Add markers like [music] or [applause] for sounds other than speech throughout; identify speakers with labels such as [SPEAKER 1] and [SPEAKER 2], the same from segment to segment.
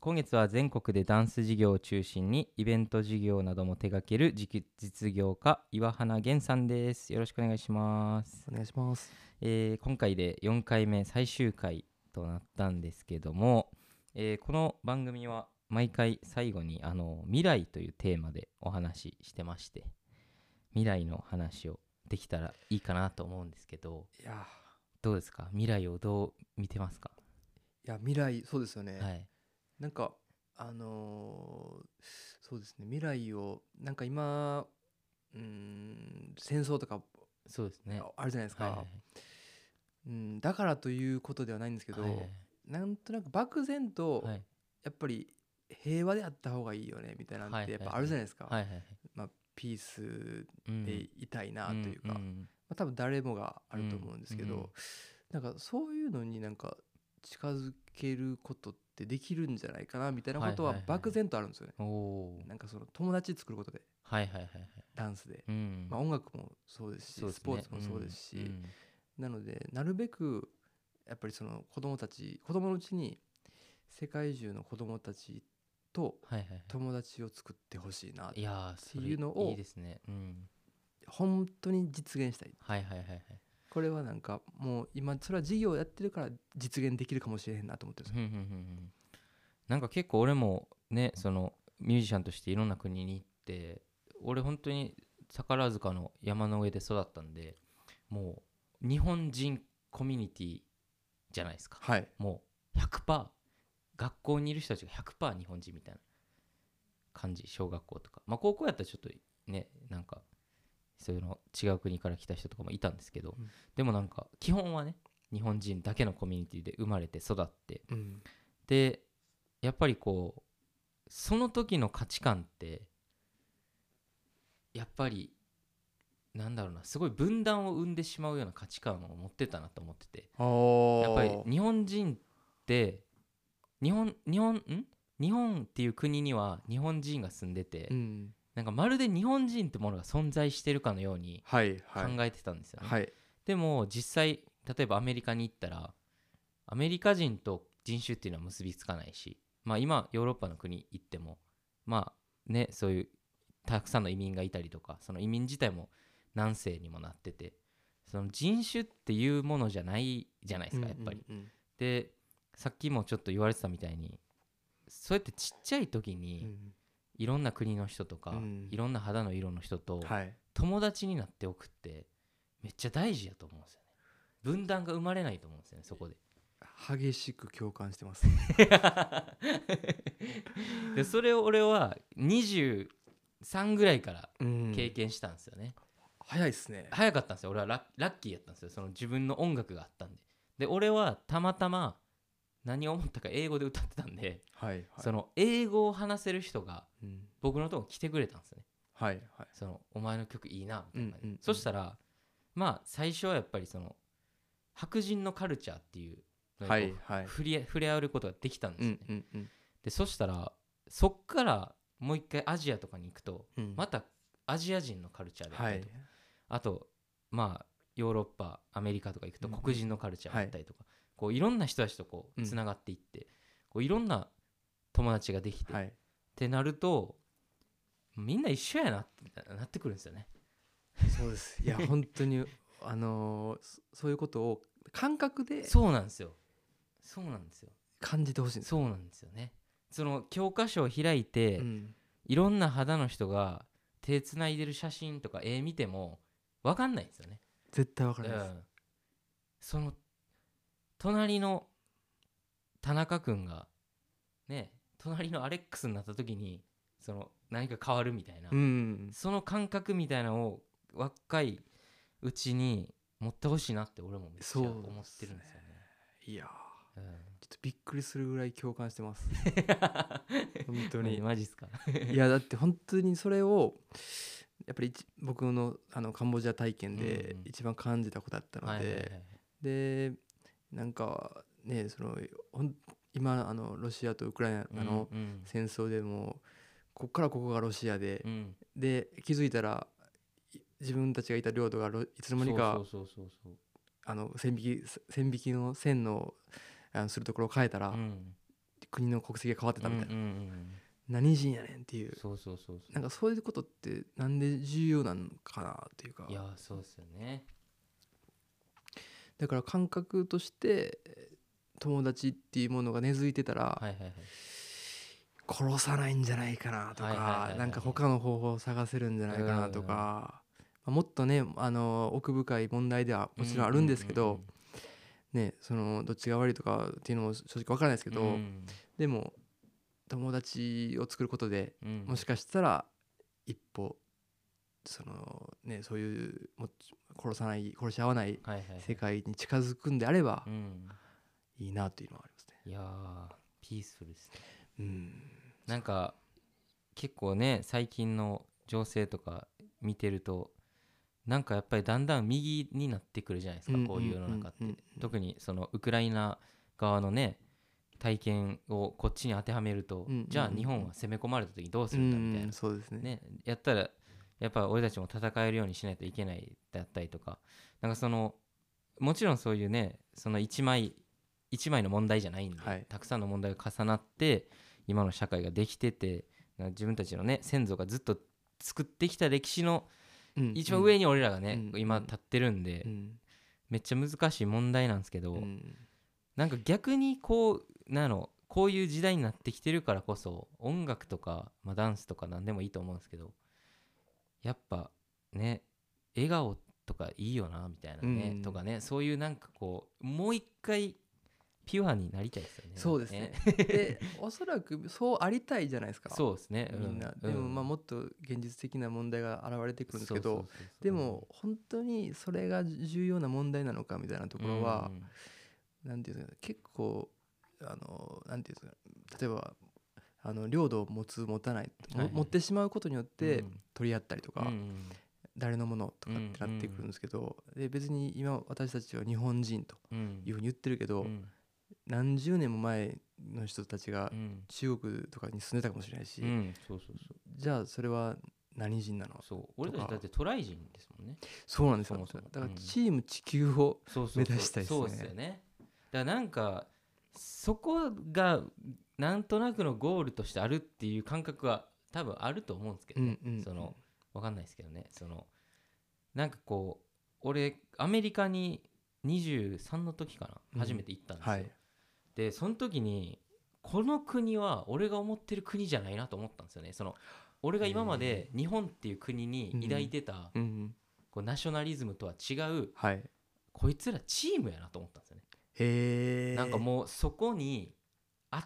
[SPEAKER 1] 今月は全国でダンス事業を中心にイベント事業なども手掛ける実実業家岩花源さんですよろしくお願いします、
[SPEAKER 2] お願いします。
[SPEAKER 1] えー今回で4回目最終回となったんですけども、えーこの番組は毎回最後にあの未来というテーマでお話ししてまして未来の話をできたらいいかなと思うんですけど
[SPEAKER 2] いや
[SPEAKER 1] どうですか未来をどう見てますか、
[SPEAKER 2] ー、いや未来そうですよね。
[SPEAKER 1] はい
[SPEAKER 2] なんかあのーそうですね未来をなんか今うーん戦争とか
[SPEAKER 1] そうですね
[SPEAKER 2] あるじゃないですか、
[SPEAKER 1] はいはい
[SPEAKER 2] うん、だからということではないんですけど、
[SPEAKER 1] はいはい
[SPEAKER 2] なんとなく漠然と、
[SPEAKER 1] はい
[SPEAKER 2] やっぱり平和であった方がいいよねみたいなの
[SPEAKER 1] は
[SPEAKER 2] っ
[SPEAKER 1] い
[SPEAKER 2] てやっ
[SPEAKER 1] は
[SPEAKER 2] ぱ
[SPEAKER 1] い
[SPEAKER 2] あるじゃないですか、
[SPEAKER 1] はいはいはい
[SPEAKER 2] まあ、ピース
[SPEAKER 1] うん
[SPEAKER 2] でいたいなという
[SPEAKER 1] ん
[SPEAKER 2] か、ま
[SPEAKER 1] ん
[SPEAKER 2] あ、多分誰もがあると思うんですけど、
[SPEAKER 1] うんうん
[SPEAKER 2] なんかそういうのになんか近づけることってできるんじゃないかなみたいなこと
[SPEAKER 1] はいは
[SPEAKER 2] は
[SPEAKER 1] いはい
[SPEAKER 2] 漠然とあるんですよね。
[SPEAKER 1] うんおー
[SPEAKER 2] なんかその友達作ることで
[SPEAKER 1] はいはいはいはい
[SPEAKER 2] ダンスで、
[SPEAKER 1] うん
[SPEAKER 2] まあ、音楽もそうですし
[SPEAKER 1] そうです
[SPEAKER 2] ス
[SPEAKER 1] ね
[SPEAKER 2] ポーツもそうですし、
[SPEAKER 1] んん
[SPEAKER 2] なのでなるべくやっぱりその子供たち子供のうちに世界中の子供たちと
[SPEAKER 1] はいはいはい
[SPEAKER 2] 友達を作ってほしいない
[SPEAKER 1] やーそれ
[SPEAKER 2] っていうのを
[SPEAKER 1] いいですね。うん。
[SPEAKER 2] 本当に実現したい
[SPEAKER 1] はいはいはいはい。
[SPEAKER 2] これはなんかもう今それは事業やってるから実現できるかもしれへんなと思ってるんです
[SPEAKER 1] ふんふんふんふんなんか結構俺もねそのミュージシャンとしていろんな国に行って俺本当に宝塚の山の上で育ったんでもう日本人コミュニティじゃないですか。
[SPEAKER 2] はい
[SPEAKER 1] もう100%学校にいる人たちが100%日本人みたいな感じ小学校とかまあ高校やったらちょっとねなんかそういうの違う国から来た人とかもいたんですけど、
[SPEAKER 2] うん
[SPEAKER 1] でもなんか基本はね日本人だけのコミュニティで生まれて育って
[SPEAKER 2] うん
[SPEAKER 1] でやっぱりこうその時の価値観ってやっぱりなんだろうなすごい分断を生んでしまうような価値観を持ってたなと思っててやっぱり日本人って日本日本ん日本っていう国には日本人が住んでて、
[SPEAKER 2] うん
[SPEAKER 1] なんかまるで日本人ってものが存在してるかのように
[SPEAKER 2] はい
[SPEAKER 1] 考
[SPEAKER 2] はい
[SPEAKER 1] えてたんですよね、
[SPEAKER 2] はい
[SPEAKER 1] でも実際例えばアメリカに行ったらアメリカ人と人種っていうのは結びつかないしまあ今ヨーロッパの国行ってもまあねそういうたくさんの移民がいたりとかその移民自体も何世にもなっててその人種っていうものじゃないじゃないですかやっぱり。
[SPEAKER 2] うんうん
[SPEAKER 1] でさっきもちょっと言われてたみたいにそうやってちっちゃい時
[SPEAKER 2] うん
[SPEAKER 1] にいろんな国の人とか、
[SPEAKER 2] うん
[SPEAKER 1] いろんな肌の色の人と
[SPEAKER 2] うんはい
[SPEAKER 1] 友達になっておくってめっちゃ大事やと思うんですよね分断が生まれないと思うんですよねそこ
[SPEAKER 2] [laughs]
[SPEAKER 1] で
[SPEAKER 2] 激しく共感してます
[SPEAKER 1] でそれを俺は23ぐらいから
[SPEAKER 2] うん
[SPEAKER 1] 経験したんですよね、
[SPEAKER 2] 早いですね
[SPEAKER 1] 早かったんですよ俺はラッラッキーやったんですよその自分の音楽があったんでで俺はたまたま何を思ったか英語で歌ってたんで
[SPEAKER 2] はいはい
[SPEAKER 1] その英語を話せる人が
[SPEAKER 2] うん
[SPEAKER 1] 僕のとこ来てくれたんですよね
[SPEAKER 2] はいはい
[SPEAKER 1] そのお前の曲いいなみたいな感じで、
[SPEAKER 2] うんうんうん
[SPEAKER 1] そしたらまあ最初はやっぱりその白人のカルチャーっていうのにこう
[SPEAKER 2] はいはい
[SPEAKER 1] 触れ触れ合うことができたんです
[SPEAKER 2] う
[SPEAKER 1] よ
[SPEAKER 2] ん
[SPEAKER 1] ね、
[SPEAKER 2] うんうん
[SPEAKER 1] でそしたらそっからもう一回アジアとかに行くと
[SPEAKER 2] うん
[SPEAKER 1] またアジア人のカルチャーだった
[SPEAKER 2] は
[SPEAKER 1] り
[SPEAKER 2] い
[SPEAKER 1] とか、あとまあヨーロッパアメリカとか行くと
[SPEAKER 2] うんうん
[SPEAKER 1] 黒人のカルチャーだったりとか、こういろんな人たちとこう
[SPEAKER 2] うん
[SPEAKER 1] つながっていって、こういろんな友達ができて、
[SPEAKER 2] は
[SPEAKER 1] っ
[SPEAKER 2] い
[SPEAKER 1] てなるとみんな一緒やなってななってくるんですよね。
[SPEAKER 2] そうですいや [laughs] 本当にあのーそそういうことを感覚で
[SPEAKER 1] そうなんですよ。そうなんですよ。
[SPEAKER 2] 感じてほしいんです
[SPEAKER 1] そうなんですよね。その教科書を開いて、
[SPEAKER 2] うん
[SPEAKER 1] いろんな肌の人が手つないでる写真とか絵見ても分かんないんですよね。
[SPEAKER 2] 絶対わか
[SPEAKER 1] う
[SPEAKER 2] ります
[SPEAKER 1] ん、その隣の田中君がね隣のアレックスになった時にその何か変わるみたいな、
[SPEAKER 2] うん
[SPEAKER 1] その感覚みたいなのを若いうちに持ってほしいなって俺もめっちゃ
[SPEAKER 2] そうですね
[SPEAKER 1] 思ってるんですよね。
[SPEAKER 2] いや
[SPEAKER 1] う
[SPEAKER 2] ー
[SPEAKER 1] ん
[SPEAKER 2] ちょっとびっくりするぐらい共感してます
[SPEAKER 1] [laughs]
[SPEAKER 2] 本当
[SPEAKER 1] え
[SPEAKER 2] に
[SPEAKER 1] マジっすか。
[SPEAKER 2] いやだって本当にそれをやっぱり一僕のあのカンボジア体験で
[SPEAKER 1] うんうん
[SPEAKER 2] 一番感じたことだったので、
[SPEAKER 1] はいはいはい
[SPEAKER 2] でなんかねそのほん今あのロシアとウクライナの
[SPEAKER 1] うんうん
[SPEAKER 2] 戦争でもこっからここがロシアで
[SPEAKER 1] う、ん
[SPEAKER 2] で気づいたらい自分たちがいた領土がロいつの間にか
[SPEAKER 1] そうそうそうそう
[SPEAKER 2] あの線引き線引きの線のあのするところを変えたら、
[SPEAKER 1] そう。うん
[SPEAKER 2] 国の国籍が変わってたみたいな、
[SPEAKER 1] うんうん
[SPEAKER 2] 何人やねんっていう
[SPEAKER 1] うん、そうそうそうそう
[SPEAKER 2] なんかそういうことってなんで重要なのかなっていうか
[SPEAKER 1] いやそうですよね
[SPEAKER 2] だから感覚としてえー友達っていうものが根付いてたら、
[SPEAKER 1] はいはいはい
[SPEAKER 2] 殺さないんじゃないかなと
[SPEAKER 1] はいはいはいは
[SPEAKER 2] か
[SPEAKER 1] い
[SPEAKER 2] なんか他の方法を探せるんじゃないかなとか、まあもっとねあの奥深い問題ではもちろんあるんですけど、ね、そのどっちが悪いとかっていうのも正直わからないですけ
[SPEAKER 1] うんう
[SPEAKER 2] ど、
[SPEAKER 1] んうん
[SPEAKER 2] でも友達を作ることで
[SPEAKER 1] うんうん
[SPEAKER 2] もしかしたら一歩そのねそういうもう殺さない殺し合わない
[SPEAKER 1] はいはいはい
[SPEAKER 2] 世界に近づくんであれば
[SPEAKER 1] うん
[SPEAKER 2] いいなというのはありますね。
[SPEAKER 1] いやーピースフルですね
[SPEAKER 2] うん、
[SPEAKER 1] なんか結構ね最近の情勢とか見てるとなんかやっぱりだんだん右になってくるじゃないですか、
[SPEAKER 2] うん
[SPEAKER 1] こういう世の中って、
[SPEAKER 2] うんうんうん
[SPEAKER 1] 特にそのウクライナ側のね体験をこっちに当てはめると、
[SPEAKER 2] うんうんうん
[SPEAKER 1] じゃあ日本は攻め込まれた時どうす
[SPEAKER 2] う
[SPEAKER 1] るんだみたいな、
[SPEAKER 2] んそうですね
[SPEAKER 1] ね、やったらやっぱ俺たちも戦えるようにしないといけないだったりとかなんかそのもちろんそういうねその一枚一枚の問題じゃないんで、
[SPEAKER 2] はい
[SPEAKER 1] たくさんの問題が重なって今の社会ができててなんか自分たちのね先祖がずっと作ってきた歴史の
[SPEAKER 2] うん
[SPEAKER 1] 一番上に俺らがね、
[SPEAKER 2] うん
[SPEAKER 1] 今立ってるんで、
[SPEAKER 2] うん
[SPEAKER 1] めっちゃ難しい問題なんですけど、
[SPEAKER 2] うん
[SPEAKER 1] なんか逆にこうなのこういう時代になってきてるからこそ音楽とか、まあ、ダンスとか何でもいいと思うんですけどやっぱね笑顔とかいいよなみたいなね、
[SPEAKER 2] うん
[SPEAKER 1] とかねそういうなんかこうもう一回ピュアになりたいですよね
[SPEAKER 2] そうです
[SPEAKER 1] なん [laughs]
[SPEAKER 2] ね
[SPEAKER 1] か。
[SPEAKER 2] でおそらくそうありたいじゃないですか
[SPEAKER 1] そうですね
[SPEAKER 2] みんな。でもまあもっと現実的な問題が現れてくるんですけどでも本当にそれが重要な問題なのかみたいなと
[SPEAKER 1] と
[SPEAKER 2] ころはなんていうんですかね結構あのなんていうんですか例えばあの領土を持つ持たない
[SPEAKER 1] はいはい
[SPEAKER 2] も持ってしまうことによって
[SPEAKER 1] うん
[SPEAKER 2] 取り合ったりとか誰のものとかってなってくるんですけどで別に今私たちは日本人というふうに言ってるけど何十年も前の人たちが中国とかに住んでたかもしれないし、
[SPEAKER 1] そうそうそう
[SPEAKER 2] じゃあそれは何人なの
[SPEAKER 1] そう俺たちだってトライ人ですもんね
[SPEAKER 2] そうなんですよ
[SPEAKER 1] そもそも
[SPEAKER 2] だから
[SPEAKER 1] うん
[SPEAKER 2] チーム地球を、
[SPEAKER 1] そうそうそう
[SPEAKER 2] 目指したいっすね
[SPEAKER 1] そうですよねだからなんかそこがなんとなくのゴールとしてあるっていう感覚は多分あると思うんですけどね、
[SPEAKER 2] うんうん
[SPEAKER 1] そのわかんないですけどねそのなんかこう俺アメリカに23の時か
[SPEAKER 2] うん
[SPEAKER 1] な初めて行ったんですよ、
[SPEAKER 2] はい
[SPEAKER 1] でその時にこの国は俺が思ってる国じゃないなと思ったんですよねその俺が今まで日本っていう国に抱いてた、
[SPEAKER 2] うんうん、
[SPEAKER 1] こうナショナリズムとは違う
[SPEAKER 2] はいへ
[SPEAKER 1] こいつらチームやなと思ったんですよね
[SPEAKER 2] え
[SPEAKER 1] なんかもうそこに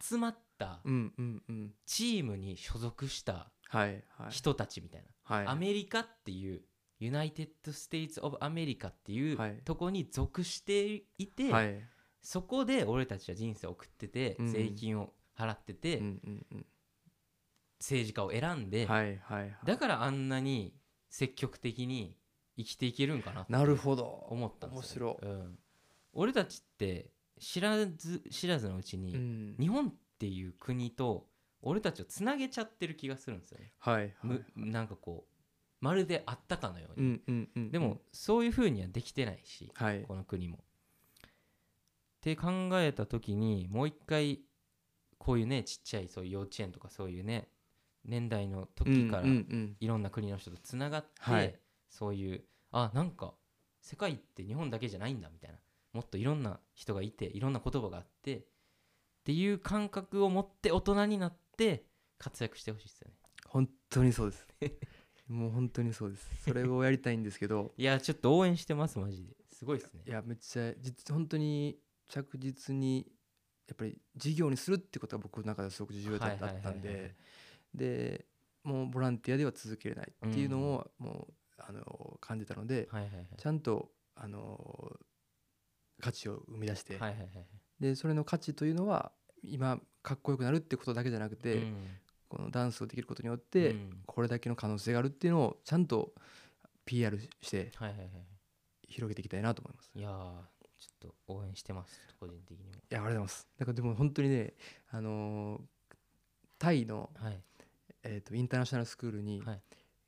[SPEAKER 1] 集まった
[SPEAKER 2] うんうんうん
[SPEAKER 1] チームに所属した
[SPEAKER 2] はいはい
[SPEAKER 1] 人たちみたいな、
[SPEAKER 2] はい
[SPEAKER 1] アメリカっていうユナイテッド・ステイツ・オブ・アメリカっていう
[SPEAKER 2] はい
[SPEAKER 1] とこに属していて、
[SPEAKER 2] はい
[SPEAKER 1] そこで俺たちは人生を送ってて、
[SPEAKER 2] うん
[SPEAKER 1] 税金を払ってて、
[SPEAKER 2] うんうんうん
[SPEAKER 1] 政治家を選んで、
[SPEAKER 2] はいはいはい
[SPEAKER 1] だからあんなに積極的に生きていけるんかなって
[SPEAKER 2] なるほど
[SPEAKER 1] 思ったんですよ
[SPEAKER 2] 面白
[SPEAKER 1] うん俺たちって知らず知らずのうちに、
[SPEAKER 2] うん
[SPEAKER 1] 日本っていう国と俺たちをつなげちゃってる気がするんですよね、
[SPEAKER 2] はいはい
[SPEAKER 1] むなんかこうまるであったかのよう
[SPEAKER 2] う
[SPEAKER 1] に、
[SPEAKER 2] んうんうん
[SPEAKER 1] でもそういう風にはできてないし
[SPEAKER 2] はい
[SPEAKER 1] この国も。って考えた時にもう一回こういうねちっちゃいそういう幼稚園とかそういうね年代の時から
[SPEAKER 2] うんうん
[SPEAKER 1] いろんな国の人とつながって、
[SPEAKER 2] はい
[SPEAKER 1] そういうあなんか世界って日本だけじゃないんだみたいなもっといろんな人がいていろんな言葉があってっていう感覚を持って大人になって活躍してほしいですよね
[SPEAKER 2] 本当にそうです [laughs] もう本当にそうですそれをやりたいんです
[SPEAKER 1] [laughs]
[SPEAKER 2] けど
[SPEAKER 1] いやちょっと応援してますマジですごいですね
[SPEAKER 2] いやめっちゃ実本当に着実にやっぱり事業にするってことが僕の中ではすごく重要だっただった
[SPEAKER 1] は
[SPEAKER 2] ん
[SPEAKER 1] いはいはいはい
[SPEAKER 2] ででもうボランティアでは続けれないっていうのをもうあの感じたので
[SPEAKER 1] はいはいはい
[SPEAKER 2] ちゃんとあの価値を生み出して
[SPEAKER 1] はいはいはいはい
[SPEAKER 2] でそれの価値というのは今かっこよくなるってことだけじゃなく
[SPEAKER 1] う
[SPEAKER 2] て
[SPEAKER 1] ん
[SPEAKER 2] このダンスをできることによっ
[SPEAKER 1] う
[SPEAKER 2] て
[SPEAKER 1] ん
[SPEAKER 2] これだけの可能性があるっていうのをちゃんと PR して
[SPEAKER 1] はいはいはい
[SPEAKER 2] 広げていきたいなと思います。
[SPEAKER 1] いやーちょっと応援してます個人的にも
[SPEAKER 2] いやありがとうございますなんかでも本当にねあのータイの、
[SPEAKER 1] はい
[SPEAKER 2] えー、とインターナショナルスクールに
[SPEAKER 1] はい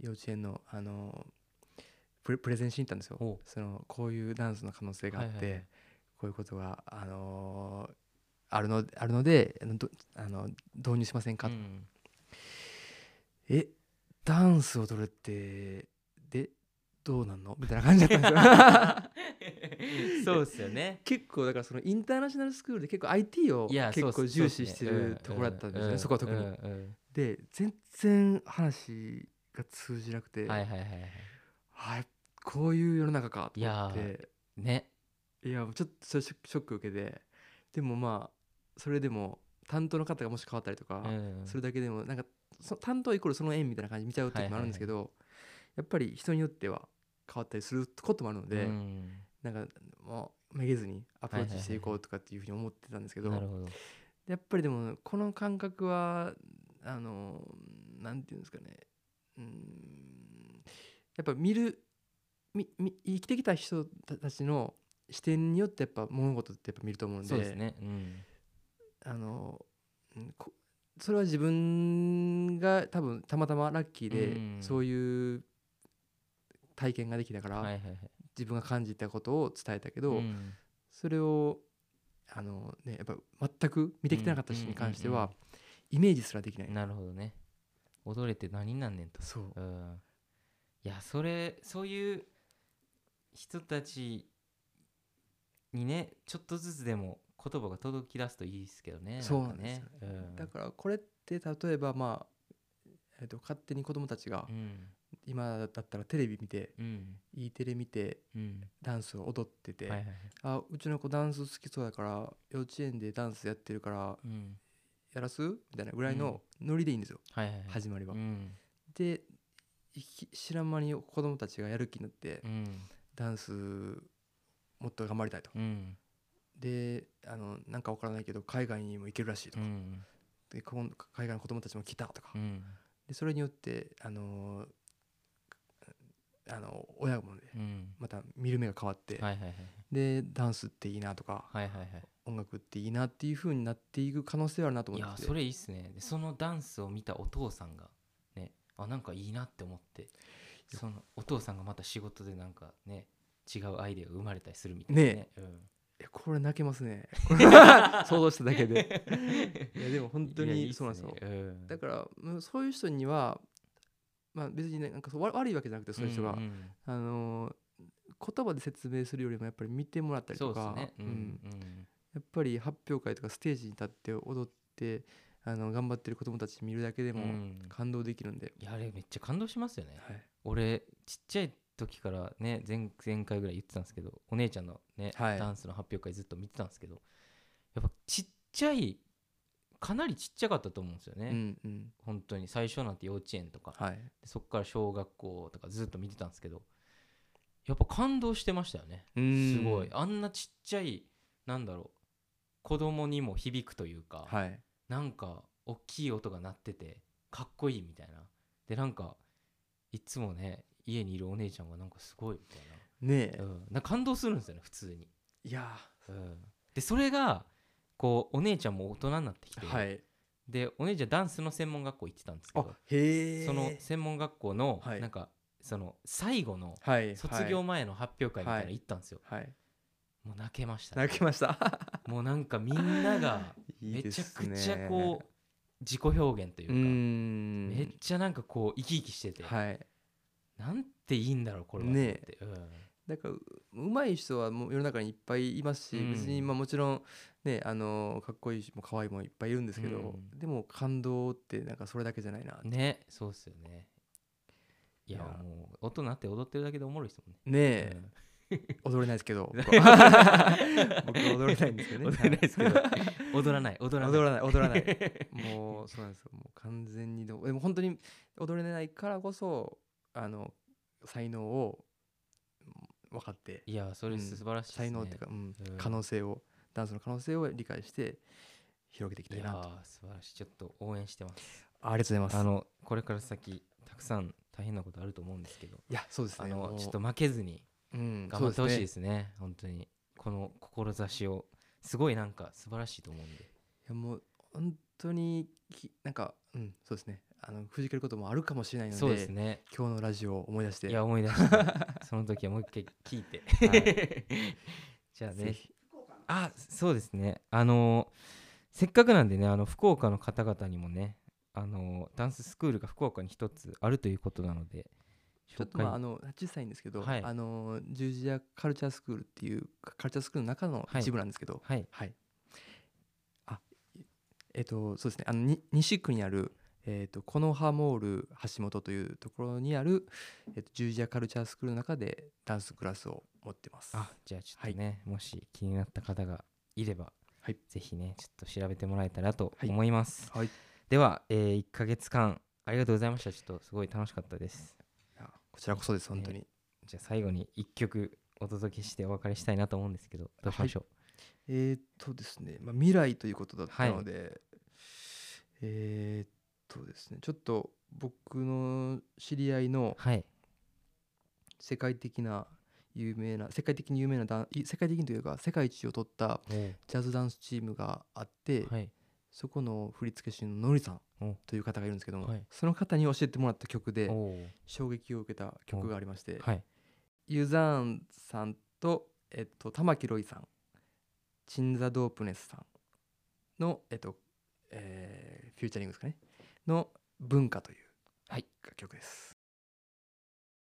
[SPEAKER 2] 幼稚園の、あのープレプレゼンしに行ったんですよ
[SPEAKER 1] おう
[SPEAKER 2] そのこういうダンスの可能性があって、
[SPEAKER 1] はいはいはい
[SPEAKER 2] こういうことが、あのーあるのあるのであのどあの導入しませんか、 [laughs]
[SPEAKER 1] うん [laughs]
[SPEAKER 2] えダンスをどれってでどうなんのみたいな感じだったん
[SPEAKER 1] [laughs]
[SPEAKER 2] ですよ
[SPEAKER 1] そうっすよね
[SPEAKER 2] 結構だからそのインターナショナルスクールで結構 IT を
[SPEAKER 1] いや
[SPEAKER 2] 結
[SPEAKER 1] そう
[SPEAKER 2] 構
[SPEAKER 1] っす
[SPEAKER 2] 重視して
[SPEAKER 1] そうっす
[SPEAKER 2] る
[SPEAKER 1] ね
[SPEAKER 2] ところだったんですよ
[SPEAKER 1] う
[SPEAKER 2] ね
[SPEAKER 1] う
[SPEAKER 2] そこは特に。
[SPEAKER 1] うんうん
[SPEAKER 2] で全然話が通じなくて、
[SPEAKER 1] はいはいはいはい
[SPEAKER 2] はいこういう世の中かと思っ
[SPEAKER 1] いや
[SPEAKER 2] て
[SPEAKER 1] ね
[SPEAKER 2] いやちょっとそれショショック受けてでもまあそれでも担当の方がもし変わったりとか、
[SPEAKER 1] うん
[SPEAKER 2] それだけでもなんかそ担当イコールその縁みたいな感じ見ちゃう時もあるんですけど、やっぱり人によっては変わったりすることもあるので、
[SPEAKER 1] うん
[SPEAKER 2] なんかもうめげずにアプローチしていこうとかっていうふうに思ってたんですけど,、
[SPEAKER 1] なるほど
[SPEAKER 2] やっぱりでもこの感覚はあのなんていうんですかねうんやっぱ見るみみ生きてきた人たちの視点によってやっぱ物事ってやっぱ見ると思うんで
[SPEAKER 1] そうですねうん
[SPEAKER 2] あのうんこそれは自分が多分たまたまラッキーで、
[SPEAKER 1] うん
[SPEAKER 2] そういう体験ができたから、
[SPEAKER 1] はいはいはい
[SPEAKER 2] 自分が感じたことを伝えたけど、
[SPEAKER 1] うん
[SPEAKER 2] それをあの、ね、やっぱ全く見てきてなかった人に関しては、
[SPEAKER 1] うんうん
[SPEAKER 2] イメージすらできない。
[SPEAKER 1] なるほどね踊れて何になんねんと
[SPEAKER 2] そう
[SPEAKER 1] うんいやそれそういう人たちにねちょっとずつでも言葉が届き出すといいですけどね
[SPEAKER 2] そう
[SPEAKER 1] か
[SPEAKER 2] なんですよ
[SPEAKER 1] ねうん
[SPEAKER 2] だからこれって例えばまあ、えっと勝手に子供たちが
[SPEAKER 1] うん
[SPEAKER 2] 今だったらテレビ見て
[SPEAKER 1] うん、
[SPEAKER 2] E テレ見て
[SPEAKER 1] うん
[SPEAKER 2] ダンスを踊ってて、
[SPEAKER 1] はいはいはい
[SPEAKER 2] あうちの子ダンス好きそうだから幼稚園でダンスやってるから
[SPEAKER 1] うん
[SPEAKER 2] やらすみたいなぐらいのノリでいいんですよ、
[SPEAKER 1] はいはいはい
[SPEAKER 2] 始まりは。
[SPEAKER 1] うん
[SPEAKER 2] でいき知らん間に子供たちがやる気になって、
[SPEAKER 1] うん
[SPEAKER 2] ダンスもっと頑張りたいと。
[SPEAKER 1] うん
[SPEAKER 2] であのなんかわからないけど海外にも行けるらしいと
[SPEAKER 1] う
[SPEAKER 2] か、
[SPEAKER 1] ん
[SPEAKER 2] でこん海外の子供たちも来たとか、
[SPEAKER 1] うん
[SPEAKER 2] でそれによってあのーあの親もね
[SPEAKER 1] うん
[SPEAKER 2] また見る目が変わって、
[SPEAKER 1] はいはいはい
[SPEAKER 2] でダンスっていいなとか
[SPEAKER 1] はいはいはい
[SPEAKER 2] 音楽っていいなっていう風になっていく可能性はあるなと
[SPEAKER 1] い
[SPEAKER 2] 思
[SPEAKER 1] や
[SPEAKER 2] ってて
[SPEAKER 1] それいいっすねでそのダンスを見たお父さんがねあなんかいいなって思ってそのお父さんがまた仕事でなんかね違うアイデアが生まれたりするみたいなね
[SPEAKER 2] ね
[SPEAKER 1] うん
[SPEAKER 2] いやこれ泣けま
[SPEAKER 1] [laughs]
[SPEAKER 2] すねこれ想像しただけでいやでも本当
[SPEAKER 1] いやい
[SPEAKER 2] に
[SPEAKER 1] いっ
[SPEAKER 2] そうなんですよ
[SPEAKER 1] ねうん
[SPEAKER 2] だからもうそういう人にはまあ別にねなんかそうわ悪いわけじゃなくてそういう人が、
[SPEAKER 1] んん
[SPEAKER 2] あのー言葉で説明するよりもやっぱり見てもらったり
[SPEAKER 1] そ
[SPEAKER 2] と
[SPEAKER 1] うです
[SPEAKER 2] か
[SPEAKER 1] ねう
[SPEAKER 2] うん
[SPEAKER 1] んうん
[SPEAKER 2] やっぱり発表会とかステージに立って踊ってあの頑張ってる子供たち見るだけで
[SPEAKER 1] で
[SPEAKER 2] も感動できるんで、
[SPEAKER 1] いやあれめっちゃ感動しますよね
[SPEAKER 2] はい
[SPEAKER 1] 俺ちっちゃい時からね前前回ぐらい言ってたんですけどお姉ちゃんのね、
[SPEAKER 2] はい
[SPEAKER 1] ダンスの発表会ずっと見てたんですけどやっぱちっちゃいかなりちっちゃかったと思うんですよね、
[SPEAKER 2] うんうん
[SPEAKER 1] 本当に最初なんて幼稚園とか、
[SPEAKER 2] はい、
[SPEAKER 1] でそっから小学校とかずっと見てたんですけどやっぱ感動してましたよね
[SPEAKER 2] うん
[SPEAKER 1] すごいあんなちっちゃいなんだろう子供にも響くというか、
[SPEAKER 2] はい
[SPEAKER 1] なんか大きい音が鳴っててかっこいいみたいなでなんかいつもね家にいるお姉ちゃんがなんかすごいみたい
[SPEAKER 2] ねえ
[SPEAKER 1] な,、うん、なんか感動するんですよね普通に、
[SPEAKER 2] いや
[SPEAKER 1] うん、でそれがこうお姉ちゃんも大人になってきて、
[SPEAKER 2] ーはい
[SPEAKER 1] でお姉ちゃんダンスの専門学校行ってたんですけ
[SPEAKER 2] あ
[SPEAKER 1] ど
[SPEAKER 2] へえ
[SPEAKER 1] その専門学校の
[SPEAKER 2] はい
[SPEAKER 1] なんか、その最後の
[SPEAKER 2] はい
[SPEAKER 1] 卒業前の発表会みたいなの行ったんですよ、
[SPEAKER 2] はい、はい、
[SPEAKER 1] もう泣けました、ね、
[SPEAKER 2] 泣けました [laughs]
[SPEAKER 1] もうなんかみんなが
[SPEAKER 2] い
[SPEAKER 1] め
[SPEAKER 2] [laughs] いで
[SPEAKER 1] ちゃ
[SPEAKER 2] す
[SPEAKER 1] く
[SPEAKER 2] ね
[SPEAKER 1] ちゃこう自己表現という
[SPEAKER 2] う
[SPEAKER 1] か、
[SPEAKER 2] ん
[SPEAKER 1] めっちゃなんかこう生き生きしてて、
[SPEAKER 2] はい
[SPEAKER 1] なんていいんだろうこれは
[SPEAKER 2] ね
[SPEAKER 1] って、うん
[SPEAKER 2] だからううまい人はもう世の中にいっぱいいますし、
[SPEAKER 1] うん
[SPEAKER 2] 別にまあもちろんねあのかっこいいしも可愛いもいっぱいいるんですけど、
[SPEAKER 1] うん
[SPEAKER 2] でも感動ってなんかそれだけじゃないなって
[SPEAKER 1] ねそうっすよねいや
[SPEAKER 2] いや
[SPEAKER 1] もう大人って踊ってるだけでおもろいですもんね
[SPEAKER 2] ねえ、
[SPEAKER 1] うん
[SPEAKER 2] 踊れないです
[SPEAKER 1] [laughs]
[SPEAKER 2] けど僕は僕は踊れないんですけどね
[SPEAKER 1] 踊れないですけど
[SPEAKER 2] は
[SPEAKER 1] 踊らない踊らない
[SPEAKER 2] [laughs] 踊らない踊らないもうそうなんですよもう完全にでもでも本当に踊れないからこそあの才能を分かって
[SPEAKER 1] [laughs] いやそれ
[SPEAKER 2] うん
[SPEAKER 1] 素晴らしいですね、
[SPEAKER 2] 才能っていうか、うん
[SPEAKER 1] うん
[SPEAKER 2] 可能性をダンスの可能性を理解して広げていきた
[SPEAKER 1] い
[SPEAKER 2] い
[SPEAKER 1] や
[SPEAKER 2] なと
[SPEAKER 1] ー素晴らしいちょっと応援してます
[SPEAKER 2] ありがとうござい
[SPEAKER 1] あ
[SPEAKER 2] ます
[SPEAKER 1] のこれから先たくさん大変なことあると思うんですけど、
[SPEAKER 2] いやそうです
[SPEAKER 1] あ
[SPEAKER 2] ねも
[SPEAKER 1] の
[SPEAKER 2] う
[SPEAKER 1] ちょっと負けずに
[SPEAKER 2] うん
[SPEAKER 1] 頑張ってほしい
[SPEAKER 2] そう
[SPEAKER 1] で
[SPEAKER 2] ですね
[SPEAKER 1] すね,、本当にこの志をすごいなんか素晴らしいと思うんで
[SPEAKER 2] いやもう本当にきなんかうんそうですねあのくじけることもあるかもしれないので
[SPEAKER 1] そうですね
[SPEAKER 2] 今日のラジオを思い出して
[SPEAKER 1] いや思い出
[SPEAKER 2] [laughs]
[SPEAKER 1] したその時はもう一回聞いて、
[SPEAKER 2] は
[SPEAKER 1] [laughs] じゃあ
[SPEAKER 2] ぜ
[SPEAKER 1] ね
[SPEAKER 2] ひ
[SPEAKER 1] あそうですねあのーせっかくなんでねあの福岡の方々にもねあのダンススクールが福岡に一つあるということなので
[SPEAKER 2] ちょっとまああの小さいんですけど、
[SPEAKER 1] はい
[SPEAKER 2] あの十字架カルチャースクールっていうカカルチャースクールの中の
[SPEAKER 1] はい
[SPEAKER 2] 一部なんですけど、
[SPEAKER 1] はい
[SPEAKER 2] はい。あ、えっとそうですね。あのに西区にあるえっとコノハモール橋本というところにあるえっと十字架カルチャースクールの中でダンスクラスを持ってます。
[SPEAKER 1] あじゃあちょっとね、もし気になった方がいれば、
[SPEAKER 2] はい
[SPEAKER 1] ぜひねちょっと調べてもらえたらと
[SPEAKER 2] はい
[SPEAKER 1] 思います、
[SPEAKER 2] はい。い
[SPEAKER 1] では、えー、1ヶ月間ありがとうございましたちょっとすごい楽しかったです
[SPEAKER 2] やこちらこそです本当に。
[SPEAKER 1] じゃあ最後に1曲お届けしてお別れしたいなと思うんですけどどうしましょ
[SPEAKER 2] えーっとですね、まあ、未来ということだったので、えーっとですねちょっと僕の知り合いの
[SPEAKER 1] うはい、
[SPEAKER 2] 世界的な有名な世界的に有名なダンい世界的にというか世界一を取ったジャズダンスチームがあって、
[SPEAKER 1] はい
[SPEAKER 2] そこの振付師ののりさん
[SPEAKER 1] お
[SPEAKER 2] という方がいるんですけども、
[SPEAKER 1] はい
[SPEAKER 2] その方に教えてもらった曲で
[SPEAKER 1] おー
[SPEAKER 2] 衝撃を受けた曲がありまして、
[SPEAKER 1] はい
[SPEAKER 2] ユザーンさんと、えっと、玉木ロイさんチンザ・ドープネスさんの、えっとえーフューチャリングですかねの「文化」という
[SPEAKER 1] はい
[SPEAKER 2] 楽曲です。